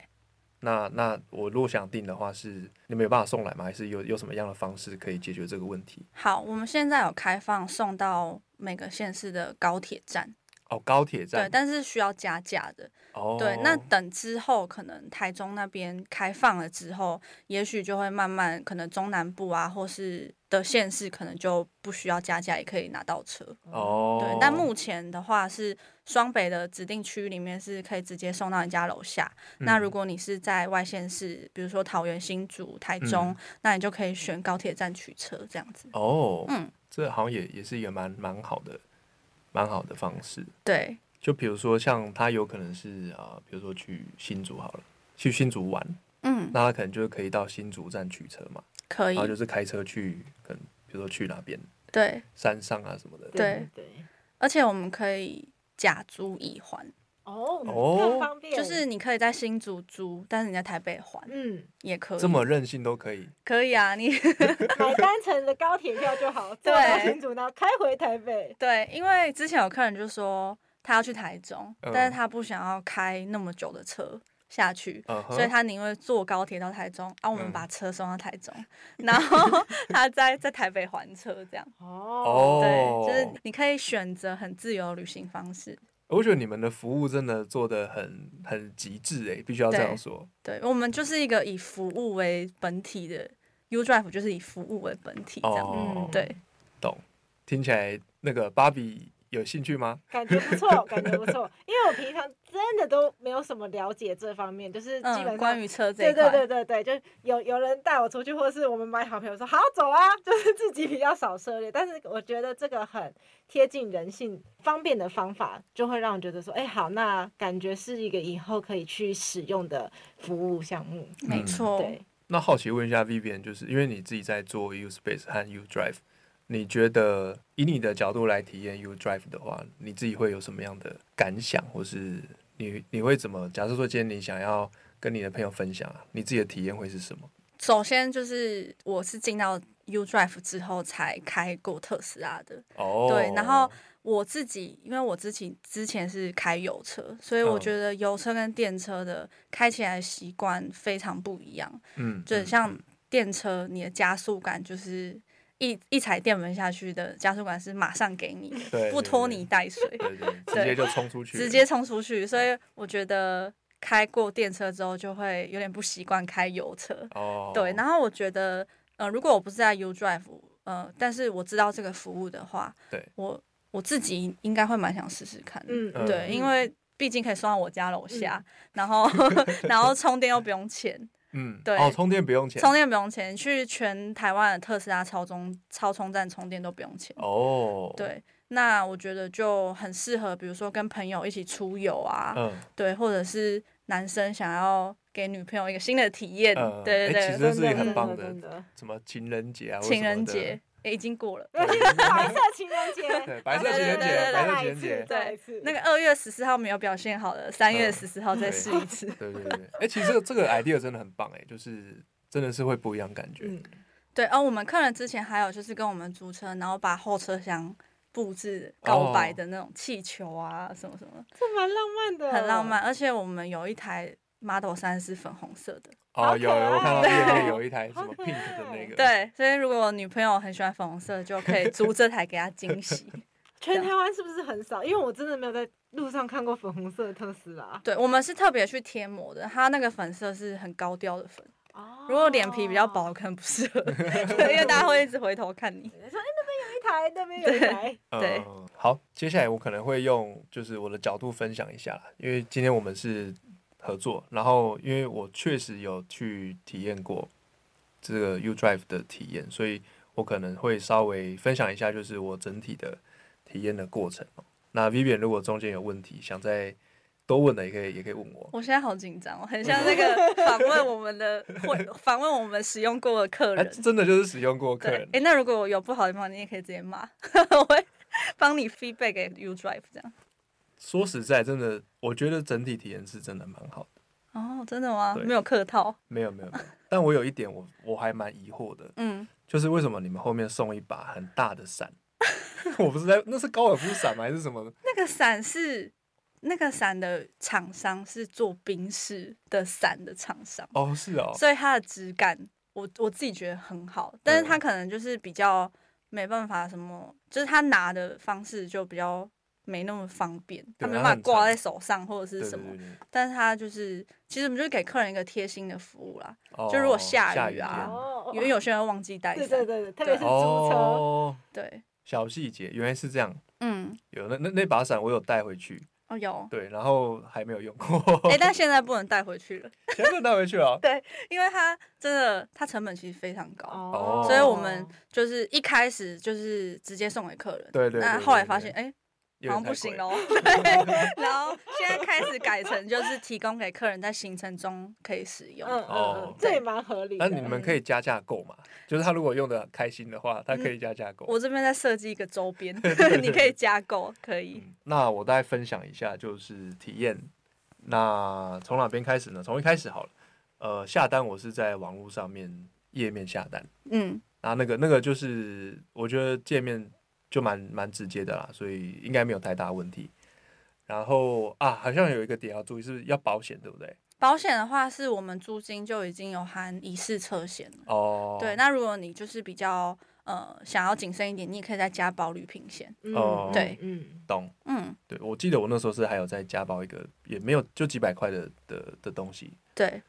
S4: 那那我如果想订的话是，你们有办法送来吗？还是有有什么样的方式可以解决这个问题？
S1: 好，我们现在有开放送到每个县市的高铁站，
S4: 哦，高铁
S1: 对，
S4: 站，
S1: 但是需要加价的。
S4: 哦，
S1: 对，那等之后可能台中那边开放了之后，也许就会慢慢可能中南部啊，或是的县市可能就不需要加价也可以拿到车。
S4: 哦，
S1: 嗯对，但目前的话是双北的指定区里面是可以直接送到你家楼下。那
S4: 嗯
S1: 如果你是在外县市，比如说桃园、新竹、台中，
S4: 嗯
S1: 那你就可以选高铁站取车这样子。
S4: 哦，
S1: 嗯，
S4: 这好像也也是一个蛮蛮好的蛮好的方式。
S1: 对，
S4: 就比如说，像他有可能是啊、呃比如说去新竹好了，去新竹玩，
S1: 嗯，
S4: 那他可能就是可以到新竹站取车嘛，
S1: 可以
S4: 然，后就是开车去，可能比如说去哪边
S1: 对，
S4: 山上啊什么的。
S1: 对
S3: 对，
S1: 而且我们可以假租乙还。
S3: 哦哦，
S4: 哦
S3: 更方便，
S1: 就是你可以在新竹租，但是你在台北还
S3: 嗯，
S1: 也可以。
S4: 这么任性都可以，
S1: 可以啊？
S4: (laughs)
S1: 你。
S3: 买单程的高铁票就好，坐到新竹，然后开回台北
S1: 对，因为之前有客人就说他要去台中，
S4: 嗯
S1: 但是他不想要开那么久的车下去。
S4: 嗯
S1: 所以
S4: 哼，
S1: 他宁愿坐高铁到台中，啊，我们
S4: 嗯
S1: 把车送到台中，然后 (laughs) 他在在台北还车，这样。
S3: 哦
S4: 哦
S1: 对，就是你可以选择很自由的旅行方式。
S4: 我觉得你们的服务真的做的很很极致欸诶、必须要这样
S1: 对
S4: 说。
S1: 对我们就是一个以服务为本体的 U Drive，就是以服务为本体这样。
S4: 哦
S3: 嗯，
S1: 对，
S4: 听起来那个芭比有兴趣吗？
S3: 感觉不错，感觉不错。因为我平常真的都没有什么了解这方面，就是基
S1: 嗯，
S3: 本
S1: 关
S3: 上。
S1: 于车这
S3: 对
S1: 一块，
S3: 对对对对，就是有有人带我出去，或是我们买好朋友说好走啊， (laughs) 就是自己比较少涉猎。但是我觉得这个很贴近人性、方便的方法，就会让我觉得说，哎，好，那感觉是一个以后可以去使用的服务项目。
S1: 没
S4: 嗯
S1: 错。
S3: 对，
S4: 那好奇问一下 Vivian，就是因为你自己在做 U Space 和 U Drive，你觉得以你的角度来体验 U Drive 的话，你自己会有什么样的感想，或是你你会怎么？假设说今天你想要跟你的朋友分享啊，你自己的体验会是什么？
S1: 首先就是我是进到 U Drive 之后才开过特斯拉的。
S4: 哦
S1: 对然后我自己因为我自己之前是开油车，所以我
S4: 嗯
S1: 觉得油车跟电车的开起来的习惯非常不一样。
S4: 嗯，
S1: 就
S4: 嗯
S1: 像
S4: 嗯
S1: 电车，你的加速感就是一一踩电门下去的加速感是马上给你，
S4: 对
S1: (laughs) 不拖泥，带
S4: (laughs)
S1: 水，
S4: 对对对，对直
S1: 对
S4: 接就冲出去，
S1: 直接冲出去。所以我觉得开过电车之后，就会有点不习惯开油车。
S4: 哦，
S1: 对，然后我觉得，呃，如果我不是在 U Drive，呃，但是我知道这个服务的话，
S4: 对
S1: 我我自己应该会蛮想试试看的。
S3: 嗯，嗯
S1: 对，因为毕竟可以送到我家楼下，然后 (laughs) 然后充电又不用钱，
S4: 嗯，
S1: 对
S4: 哦，充电不用钱，
S1: 充电不用钱，去全台湾的特斯拉超充超充站充电都不用钱。
S4: 哦，，
S1: 对，那我觉得就很适合，比如说跟朋友一起出游啊，
S4: 嗯
S1: 对，或者是男生想要给女朋友一个新的体验，
S4: 嗯，
S1: 对
S4: 哎
S1: 对
S4: 其
S1: 对，
S4: 实这是一个
S3: 真
S4: 很棒
S3: 真真
S4: 的，
S3: 的。
S4: 什么情人节啊，或
S1: 情
S4: 什么
S1: 人
S4: 的
S1: 节。诶已经过了，
S3: 尤其是白色情人节，
S4: 对 (laughs) 白色
S1: 情人节
S3: 对对对
S1: 白
S4: 色
S3: 再来一
S4: 情人
S3: 次
S4: 节
S3: 再来一次
S1: 那个二月十四号没有表现好的，三月
S4: 嗯
S1: 十四号再
S4: 对
S1: 试一次。 (laughs)
S4: 对对对，哎、其实这个这个 idea 真的很棒哎、就是真的是会不一样感觉。
S3: 嗯，
S1: 对，哦而、我们客人之前还有就是跟我们租车，然后把后车厢布置
S4: 哦
S1: 告白的那种气球啊，什么什么，
S3: 这蛮浪漫的，
S1: 很浪漫。。而且我们有一台 Model 三是粉红色的，
S4: 哦，
S3: 好
S4: 有
S3: 可
S4: 有，我看到
S3: 爱
S4: 业
S3: 哦
S4: 内有一台什
S3: 好
S4: 么
S3: 可哦
S4: pink 的那个，，
S1: 对，所以如果我女朋友很喜欢粉红色，就可以租这台给她惊
S4: (laughs)
S1: 喜。
S3: 全台湾是不是很少？因为我真的没有在路上看过粉红色的特斯拉。
S1: 对，我们是特别去贴膜的，它那个粉色是很高调的粉，
S3: 哦
S1: 如果脸皮比较薄，，可能不适合，
S4: 哦
S1: 对因为大家会一直回头看你。
S3: 说哎、那边有一台，那边有一台，
S1: 对
S4: 嗯。好，接下来我可能会用就是我的角度分享一下啦，因为今天我们是合作，然后因为我确实有去体验过这个 U Drive 的体验，所以我可能会稍微分享一下，就是我整体的体验的过程、哦。那 Vivian 如果中间有问题想再多问的，也可以也可以问我。
S1: 我现在好紧张哦，很像那个访问我们的会
S4: (laughs)
S1: 访问我们使用过的客
S4: 哎、
S1: 人。
S4: 真的就是使用过客
S1: 对，
S4: 人
S1: 哎、，那如果我有不好的地方，你也可以直接骂， (laughs) 我会帮你 feedback 给 U Drive 这样。
S4: 说实在，真的，我觉得整体体验是真的蛮好的。
S1: 哦，真的吗？
S4: 对
S1: 没有客套。
S4: 没有
S1: (laughs)
S4: 没有没有，但我有一点我我还蛮疑惑的，
S1: 嗯，
S4: 就是为什么你们后面送一把很大的伞？ (laughs) 我不是在那是高尔夫伞吗？还是什么？
S1: 那个伞是那个伞的厂商是做冰室的伞的厂商，
S4: 哦，是哦，
S1: 所以它的质感我我自己觉得很好，但是
S4: 嗯
S1: 它可能就是比较没办法什么，就是它拿的方式就比较没那么方便，它没办
S4: 啊它
S1: 法
S4: 很
S1: 挂
S4: 长
S1: 在手上或者是
S4: 对对
S1: 什么。
S4: 对对，
S1: 但是它就是，其实我们就是给客人一个贴心的服务啦，
S4: 哦
S1: 就如果下雨啊嗯
S4: 雨天
S3: 哦，
S1: 因为有些人会忘记带伞。
S3: 对对对对，特别是租车，
S4: 哦，
S1: 对，
S4: 小细节原来是这样。
S1: 嗯，
S4: 有那那那把伞我有带回去，
S1: 哦有，
S4: 对，然后还没有用过，
S1: 哎、
S4: (laughs)
S1: 但现在不能带回去了，
S4: 现在带回去啊
S1: (laughs)
S4: 了。
S1: 因为它真的它成本其实非常高，
S4: 哦
S1: 所以我们就是一开始就是直接送给客人，
S4: 对对对
S1: 那
S4: 对
S1: 啊后来
S4: 对
S1: 发
S4: 对
S1: 现，哎、
S4: 有
S1: 好像
S4: 点太
S1: 不
S4: 贵
S1: 行喽。
S4: (laughs)
S1: 对，然后现在开始改成就是提供给客人在行程中可以使用。
S3: 嗯嗯嗯
S4: 哦，
S3: 这也蛮合理
S4: 那
S3: 的。
S4: 你们可以加价购嘛？就是他如果用的开心的话，他可以加价购。
S1: 嗯我这边在设计一个周边， (laughs) 你可以加购，可以。
S4: 嗯那我大概分享一下，就是体验。那从哪边开始呢？从一开始好了。呃，下单我是在网络上面页面下单，
S1: 嗯，
S4: 然后那个那个就是我觉得界面就蛮蛮直接的啦，所以应该没有太大问题。然后啊，好像有一个点要注意，是不是要保险，对不对？
S1: 保险的话是我们租金就已经有含一式车险了。
S4: 哦，
S1: 对，那如果你就是比较呃想要谨慎一点，你也可以再加保旅平险。
S3: 嗯
S4: 哦
S1: 对
S3: 嗯，
S4: 懂。
S1: 嗯，
S4: 对，我记得我那时候是还有再加包一个，也没有就几百块的的的东西。
S1: 对，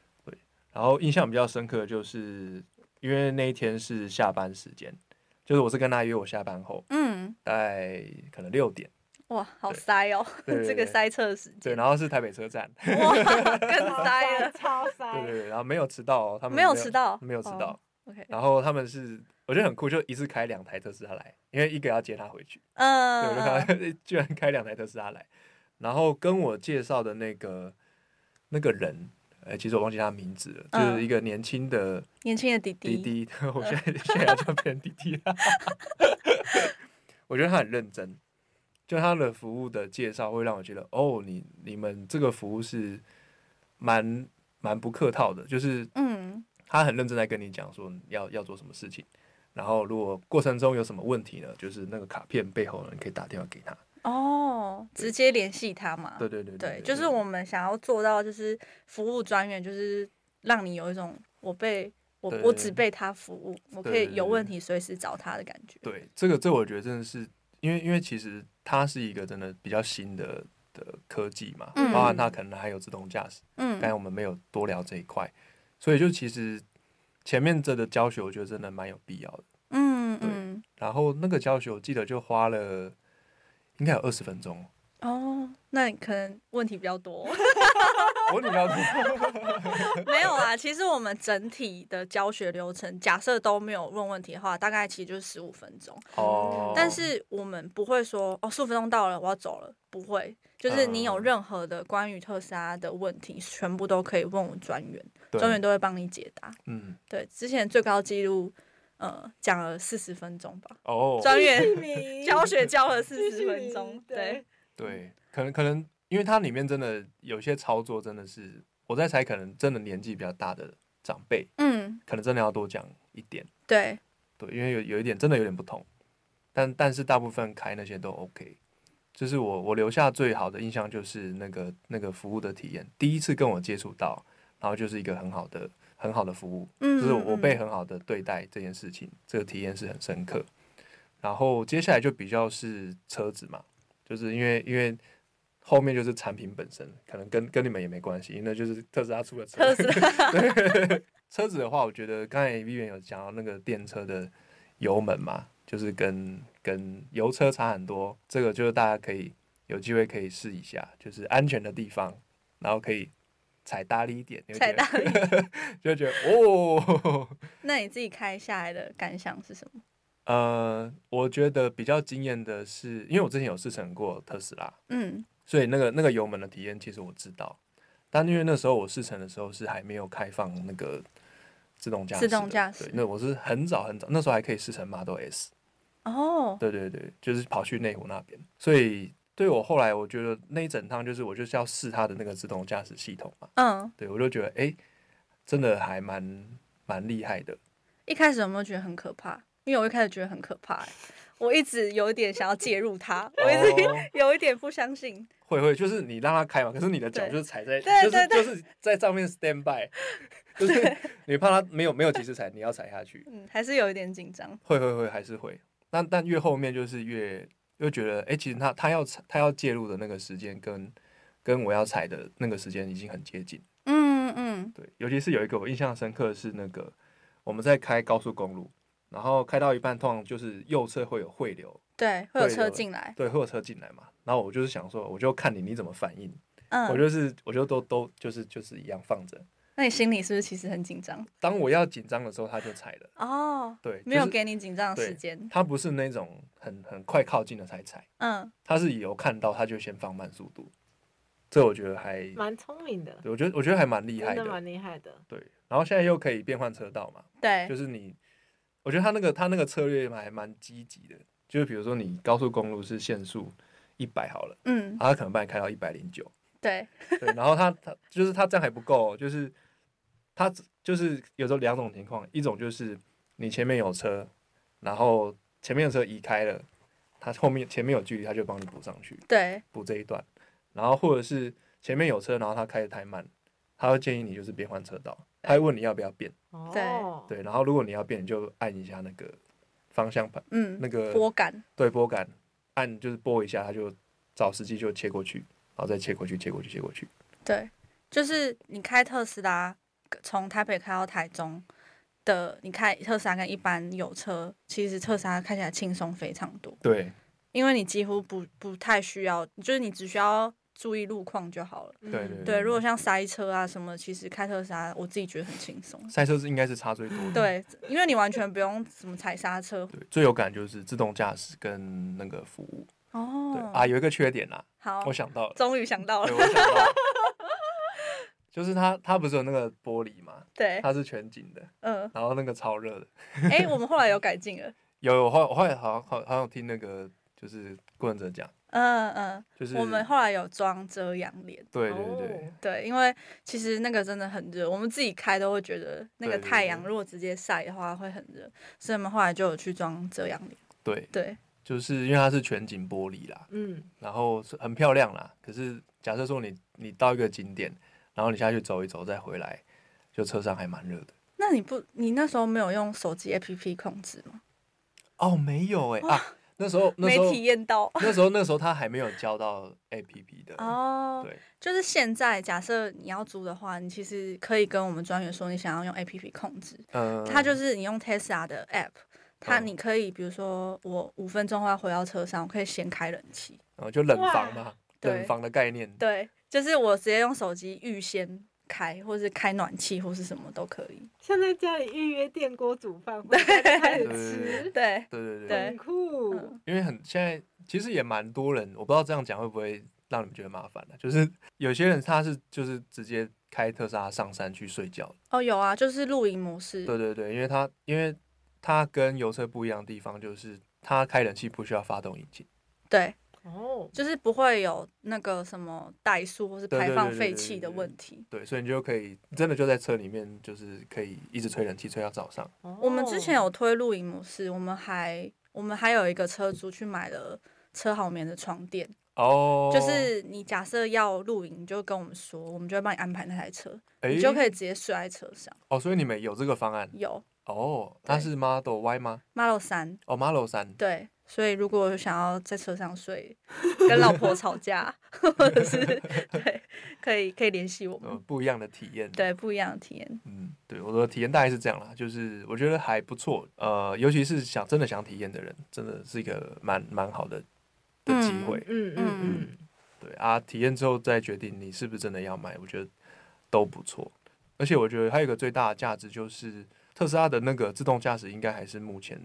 S4: 然后印象比较深刻的就是，因为那一天是下班时间，就是我是跟他约我下班后，
S1: 嗯，
S4: 大概可能六点，
S1: 哇，好塞哦，
S4: 对对
S1: (laughs) 这个塞车的时
S4: 对，
S1: 间，
S4: 然后是台北车站，
S1: 哇，更塞了。
S3: 超
S4: 对对
S3: 塞。
S4: 对，然后没有迟到哦，他们
S1: 没有迟到
S4: 没有迟到
S1: 哦，OK，
S4: 然后他们是我觉得很酷，就一次开两台特斯拉来，因为一个要接他回去，
S1: 呃
S4: 对，我就看
S1: 嗯，
S4: 他 (laughs) 居然开两台特斯拉来，然后跟我介绍的那个那个人，呃，其实我忘记他名字了，
S1: 嗯
S4: 就是一个年轻的
S1: 年轻的弟
S4: 滴滴， (laughs) 我
S1: 呃 (laughs)
S4: 现在现在要叫别人滴滴了， (laughs) 我觉得他很认真，就他的服务的介绍会让我觉得，哦，你你们这个服务是蛮蛮不客套的，就是
S1: 嗯，
S4: 他很认真在跟你讲说要要做什么事情，然后如果过程中有什么问题呢，就是那个卡片背后呢，你可以打电话给他。
S1: 哦，直接联系他嘛。
S4: 对对对
S1: 啊对，就是我们想要做到，就是服务专员，就是让你有一种我被我
S4: 对
S1: 我只被他服务，我可
S4: 对
S1: 以有问题随时找他的感觉。
S4: 对这个这我觉得真的是因为因为其实它是一个真的比较新的的科技嘛，
S1: 嗯
S4: 包含它可能还有自动驾驶，
S1: 嗯
S4: 刚才我们没有多聊这一块，所以就其实前面这个教学我觉得真的蛮有必要的。
S1: 嗯
S4: 对
S1: 嗯，
S4: 然后那个教学我记得就花了应该有二十分钟，
S1: 哦，那你可能问题比较多。 (laughs)
S4: 我比较多。
S1: 没有啦，其实我们整体的教学流程，假设都没有问问题的话，大概其实就是十五分钟。
S4: 哦，
S1: 但是我们不会说哦，十五分钟到了，我要走了，不会。就是你有
S4: 嗯
S1: 任何的关于特斯拉的问题，全部都可以问我们专员，
S4: 对
S1: 专员都会帮你解答。
S4: 嗯
S1: 对，之前最高纪录，呃，讲了四十分钟吧，
S4: 哦，
S1: 专
S3: 第
S1: 员 (laughs)
S3: 名
S1: 教学教了四
S3: 继续
S1: 十分钟，对，
S4: 对，可能可能因为它里面真的有些操作真的是我在猜，可能真的年纪比较大的长辈，
S1: 嗯，
S4: 可能真的要多讲一点。
S1: 对，
S4: 对，因为有有一点真的有点不同，但但是大部分开那些都 OK。就是我我留下最好的印象就是那个那个服务的体验，第一次跟我接触到，然后就是一个很好的很好的服务，
S1: 嗯，
S4: 就是我
S1: 嗯
S4: 被很好的对待这件事情，这个体验是很深刻。然后接下来就比较是车子嘛，就是因为因为后面就是产品本身，可能跟跟你们也没关系，因为那就是特斯拉出的
S1: 特
S4: 车。
S1: 斯
S4: (laughs)
S1: 拉，
S4: 车子的话，我觉得刚才 Vivian 有讲到那个电车的油门嘛，就是跟跟油车差很多。这个就是大家可以有机会可以试一下，就是安全的地方，然后可以踩大力一点，你会
S1: 彩
S4: 觉得
S1: 蛋。
S4: 就会觉得哦， (laughs)
S1: 那你自己开下来的感想是什么？
S4: 呃，我觉得比较惊艳的是，因为我之前有试乘过特斯拉，
S1: 嗯
S4: 所以那个那个油门的体验其实我知道，但因为那时候我试乘的时候是还没有开放那个自动驾驶的，
S1: 自动驾驶
S4: 对，那我是很早很早，那时候还可以试乘 Model S，
S1: 哦，
S4: 对对对，就是跑去内湖那边，所以对我后来我觉得那一整趟就是我就是要试它的那个自动驾驶系统嘛，
S1: 嗯，
S4: 对我就觉得诶，真的还蛮蛮厉害的，
S1: 一开始有没有觉得很可怕？因为我一开始觉得很可怕、欸我一直有一点想要介入它，我一直
S4: 哦 (laughs)
S1: 有一点不相信。
S4: 会会，就是你让它开嘛，可是你的脚
S1: 对
S4: 就是踩在，
S1: 对对
S4: 就是就是在上面 stand by，就是你怕它没有没有及时踩，你要踩下去，
S1: 嗯，还是有一点紧张。
S4: 会会会还是会，但但越后面就是越又觉得，哎、其实它它要踩它要介入的那个时间跟跟我要踩的那个时间已经很接近，
S1: 嗯嗯
S4: 对，尤其是有一个我印象深刻的是那个我们在开高速公路，然后开到一半，通常就是右侧会有汇流，
S1: 对，会有
S4: 会
S1: 车
S4: 有
S1: 进来。
S4: 对，会有车进来嘛，然后我就是想说，我就看你你怎么反应。
S1: 嗯，
S4: 我就是我就都都就是就是一样放着，
S1: 那你心里是不是其实很紧张？
S4: 当我要紧张的时候，它就踩了。
S1: 哦，
S4: 对，
S1: 没有
S4: 就是
S1: 给你紧张的
S4: 对
S1: 时间。
S4: 它不是那种很很快靠近了才踩，
S1: 嗯，
S4: 它是有看到它就先放慢速度。这我觉得还，
S3: 蛮聪明的，
S4: 对我觉得我觉得还蛮厉害
S3: 真
S4: 的。
S3: 的蛮厉害的。
S4: 对，然后现在又可以变换车道嘛，
S1: 对，
S4: 就是你，我觉得他那个他那个策略还蛮积极的，就是比如说你高速公路是限速一百好了，
S1: 嗯，
S4: 啊他可能把你开到一百零九，
S1: 对，
S4: 对，然后他他就是他这样还不够哦，就是他只就是有时候两种情况，一种就是你前面有车，然后前面的车移开了，他后面前面有距离，他就帮你补上去，
S1: 对，
S4: 补这一段，然后或者是前面有车，然后他开的太慢，他会建议你就是变换车道，他会问你要不要变。
S3: 哦，
S4: 对，然后如果你要变，你就按一下那个方向盘，
S1: 嗯，
S4: 那个
S1: 波感，
S4: 对拨杆，按就是拨一下，它就找时机就切过去，然后再切过去，切过去，切过去。
S1: 对，就是你开特斯拉从台北开到台中的，你开特斯拉跟一般油车，其实特斯拉开起来轻松非常多，
S4: 对
S1: 因为你几乎不不太需要，就是你只需要注意路况就好了。
S3: 嗯
S4: 对对
S1: 对，如果像塞车啊什么，其实开特斯拉我自己觉得很轻松。
S4: 赛车是应该是差最多的。
S1: 对，因为你完全不用怎么踩刹车。
S4: 对最有感就是自动驾驶跟那个服务。对
S1: 哦，
S4: 啊，有一个缺点啦，
S1: 好
S4: 我，
S1: (laughs)
S4: 想到了，
S1: 终于想到
S4: 对，
S1: 了。
S4: 我想到了， (laughs) 就是它它不是有那个玻璃嘛，
S1: 对，
S4: 它是全景的，
S1: 嗯，
S4: 然后那个超热的。
S1: 哎、我们后来有改进了。
S4: 有我后我后来好像好好像有听那个就是顾问者讲，
S1: 嗯嗯，
S4: 就是
S1: 我们后来有装遮阳帘。
S4: 对对对。
S3: 哦
S1: 对，因为其实那个真的很热，我们自己开都会觉得那个
S4: 对对
S1: 太阳
S4: 对
S1: 如果直接晒的话会很热，所以我们后来就有去装遮阳帘。
S4: 对，
S1: 对，
S4: 就是因为它是全景玻璃啦，
S3: 嗯，
S4: 然后是很漂亮啦。可是假设说你你到一个景点，然后你下去走一走再回来，就车上还蛮热的。
S1: 那你不，你那时候没有用手机 APP 控制吗？
S4: 哦，没有哎、啊，那时候那
S1: 没
S4: 时候
S1: 体验到
S4: 那时候那时候他还没有交到 APP 的。
S1: 哦。
S4: 对
S1: 就是现在，假设你要租的话，你其实可以跟我们专员说你想要用 APP 控制，
S4: 嗯，
S1: 它就是你用 Tesla 的 App，它
S4: 哦
S1: 你可以比如说我五分钟后要回到车上，我可以先开冷气，
S4: 呃就冷房嘛，
S1: 对
S4: 冷房的概念。
S1: 对，就是我直接用手机预先开，或是开暖气或是什么都可以，
S3: 像在家里预约电锅煮饭，回家就开始吃，
S1: 对，
S4: 对对对，
S1: 对
S3: 很酷。
S1: 嗯，
S4: 因为很现在其实也蛮多人，我不知道这样讲会不会让你们觉得麻烦的、啊就是 (laughs) 有些人他是就是直接开特斯拉上山去睡觉的
S1: 哦有啊，就是露营模式，
S4: 对对对，因为它因为它跟油车不一样的地方就是它开冷气不需要发动引擎，
S1: 对，
S3: 哦，
S1: 就是不会有那个什么怠速或是
S4: 对对
S1: 排
S4: 对
S1: 放
S4: 对
S1: 废
S4: 对
S1: 气
S4: 对
S1: 的
S4: 对
S1: 问题。
S4: 对，所以你就可以真的就在车里面，就是可以一直吹冷气吹到早上。
S3: 哦
S1: 我们之前
S4: 哦
S1: 有推露营模式，我们还我们还有一个车主去买了车好棉的床垫，
S4: 哦，
S1: 就是你假设要露营，你就跟我们说，我们就会帮你安排那台车，你就可
S4: 以
S1: 以直接睡在车上。
S4: 哦，所以你们有这个方案
S1: 有
S4: 哦？它
S1: 对
S4: 是 Model Y 吗？
S1: Model 三，
S4: 哦，Model 三，
S1: 对，所以如果想要在车上睡，跟老
S4: (laughs)
S1: 婆吵架，或者是对，可以可以联系我
S4: 呃
S1: 们，，
S4: 不一样的体验。，
S1: 对，不一样的体验。
S4: 嗯，对，我的体验大概是这样啦，就是我觉得还不错，呃，尤其是想真的想体验的人，真的是一个蛮蛮好的的机
S1: 嗯
S4: 会。
S3: 嗯，嗯嗯
S4: 对啊，体验之后再决定你是不是真的要买，我觉得都不错。而且我觉得还有一个最大的价值就是特斯拉的那个自动驾驶，应该还是目前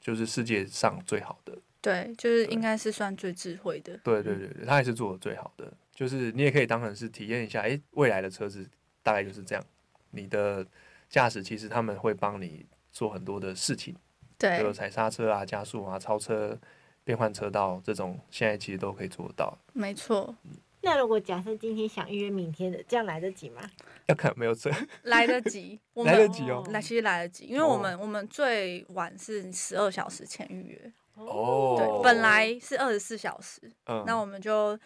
S4: 就是世界上最好的。
S1: 对，就是
S4: 对
S1: 应该是算最智慧的。
S4: 对对对对，它也是做的最好的。就是你也可以当成是体验一下，诶，未来的车子大概就是这样。你的驾驶其实他们会帮你做很多的事情，比如
S1: 对，
S4: 踩刹车啊、加速啊、超车、变换车道这种，现在其实都可以做到。
S1: 没错，
S3: 那如果假设今天想预约明天的，这样来得及吗？
S4: 要看有没有车，
S1: 来得及。我们
S4: 来得及哦。
S1: 来，其实来得及，因为
S4: 哦
S1: 我们、我们最晚是十二小时前预约，
S4: 哦
S1: 对，本来是二十四小时，
S4: 嗯，
S1: 那我们就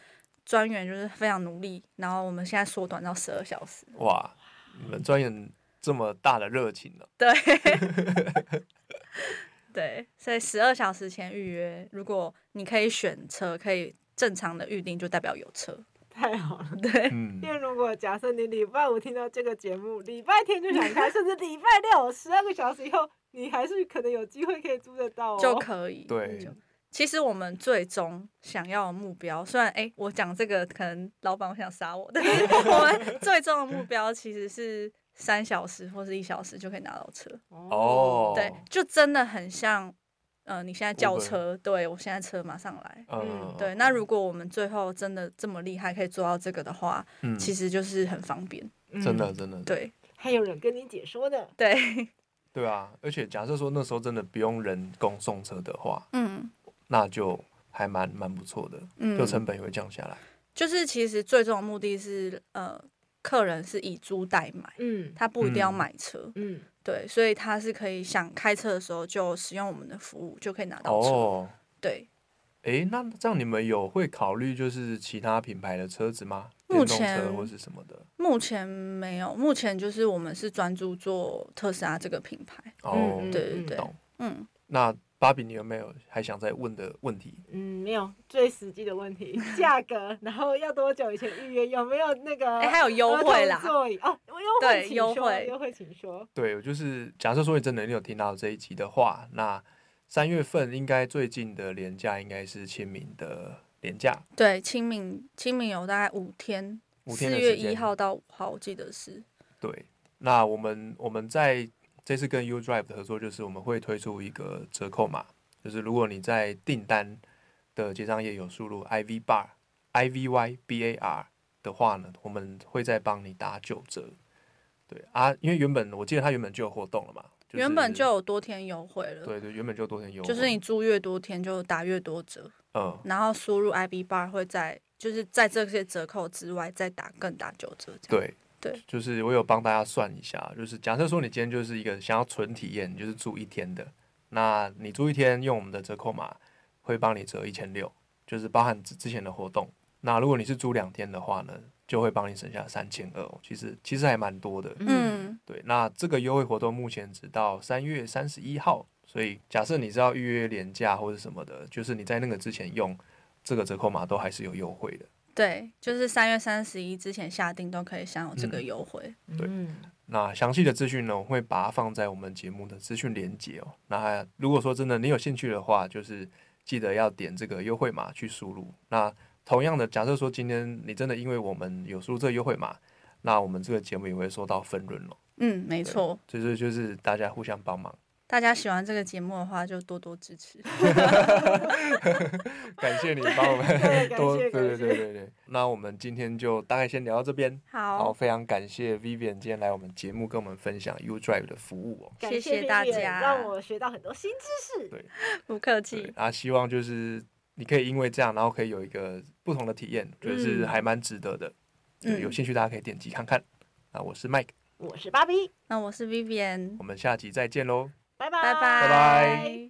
S1: 专员就是非常努力，然后我们现在缩短到十二小时，
S4: 哇，你们专员这么大的热情呢、
S1: 对， (laughs) 对，所以十二小时前预约，如果你可以选车，可以正常的预定，就代表有车，
S3: 太好了。
S1: 对，
S4: 嗯
S3: 因为如果假设你礼拜五听到这个节目，礼拜天就想开，甚至礼拜六十二个小时以后，你还是可能有机会可以租得到哦。
S1: 就可以，
S4: 对
S1: 就其实我们最终想要的目标，虽然哎、诶 (laughs) 我讲这个可能老板会想杀我，但是我们最终的目标其实是三小时或是一小时就可以拿到车。
S4: 哦，
S1: 对，就真的很像，呃，你现在叫车，对我现在车马上来。
S4: 嗯，
S1: 哦对，那如果我们最后真的这么厉害，可以做到这个的话，
S4: 嗯，
S1: 其
S4: 实
S1: 实就是很方便。
S4: 真的真的，
S1: 对
S3: 还有人跟你解说呢。
S1: 对， (laughs)
S4: 对啊，而且假设说那时候真的不用人工送车的话，
S1: 嗯
S4: 那就还蛮蛮不错的，
S1: 嗯，
S4: 就成本也会降下来。
S1: 就是其实最终的目的是，呃，客人是以租代买，
S3: 嗯
S1: 他不一定要
S4: 嗯
S1: 买车，
S3: 嗯，
S1: 对，所以他是可以想开车的时候就使用我们的服务，就可以拿到车。
S4: 哦，
S1: 对，
S4: 诶，那这样你们有会考虑就是其他品牌的车子吗？
S1: 目
S4: 电动车
S1: 前
S4: 或是什么的？
S1: 目前没有，目前就是我们是专注做特斯拉这个品牌。
S4: 哦，
S3: 嗯
S1: 对对对
S4: 懂，
S1: 嗯，
S4: 那芭比，你有没有还想再问的问题？
S3: 嗯，没有最实际的问题，价格，然后要多久以前预约，有没有那个
S1: 哎、还有优惠啦
S3: 儿童，座椅哦，优惠
S1: 对
S3: 请
S1: 优
S3: 说
S1: 惠
S3: 优惠请说。
S4: 对，我就是假设说你真的你有听到这一集的话，那三月份应该最近的廉价应该是清明的廉价，
S1: 对，清明清明有大概五天，
S4: 五
S1: 四
S4: 天的
S1: 月
S4: 时
S1: 一
S4: 间。
S1: 号到五号，我记得是。
S4: 对，那我们我们在这次跟 U Drive 的合作，就是我们会推出一个折扣码，就是如果你在订单的结账页有输入 I V Bar I V Y B A R 的话呢，我们会再帮你打九折。对啊，因为原本我记得它原本就有活动了嘛，就
S1: 原本
S4: 是
S1: 就有多天优惠了，
S4: 对对，原本就多天优惠，
S1: 就是你租越多天就打越多折，
S4: 嗯，
S1: 然后输入 IB bar 会在就是在这些折扣之外再打更打九折这样。
S4: 对
S1: 对，
S4: 就是我有帮大家算一下，就是假设说你今天就是一个想要纯体验，你就是住一天的，那你住一天用我们的折扣码会帮你折一千六，就是包含之之前的活动。那如果你是住两天的话呢，就会帮你省下三千二，哦其实其实还蛮多的。
S1: 嗯，
S4: 对，那这个优惠活动目前只到三月三十一号，所以假设你是要预约廉价或者什么的，就是你在那个之前用这个折扣码都还是有优惠的。
S1: 对，就是三月三十一之前下定都可以享有这个
S4: 嗯
S1: 优惠。
S4: 对
S3: 嗯，
S4: 那详细的资讯呢，我会把它放在我们节目的资讯连接哦。那如果说真的你有兴趣的话，就是记得要点这个优惠码去输入。那同样的，假设说今天你真的因为我们有输入这个优惠码，那我们这个节目也会收到分润哦。
S1: 嗯，没
S4: 对
S1: 错。
S4: 就是就是大家互相帮忙，
S3: (laughs)
S1: 大家喜欢这个节目的话，就多多支持。
S4: 感谢你帮我们
S3: 对，感
S4: (laughs) 多
S3: 谢
S4: 对
S3: 感
S4: 对对
S3: 谢。
S4: 对对。那我们今天就大概先聊到这边。好，
S1: 好，
S4: 非常感谢 Vivian 今天来我们节目跟我们分享 U Drive 的服务哦。
S3: 感
S1: 谢谢
S3: Vivian，
S1: 大家
S3: 让我学到很多新知识。
S1: 不客
S4: 对
S1: 气，。
S4: 啊，希望就是你可以因为这样，然后可以有一个不同的体验，觉得是
S3: 嗯
S4: 还蛮值得的。对，
S1: 嗯
S4: 有兴趣大家可以点击看看。啊，我是 Mike，
S3: 我是芭比，
S1: 那我是 Vivian，
S4: 我们下集再见喽。
S3: 拜
S1: 拜
S3: 拜
S1: 拜
S4: 拜。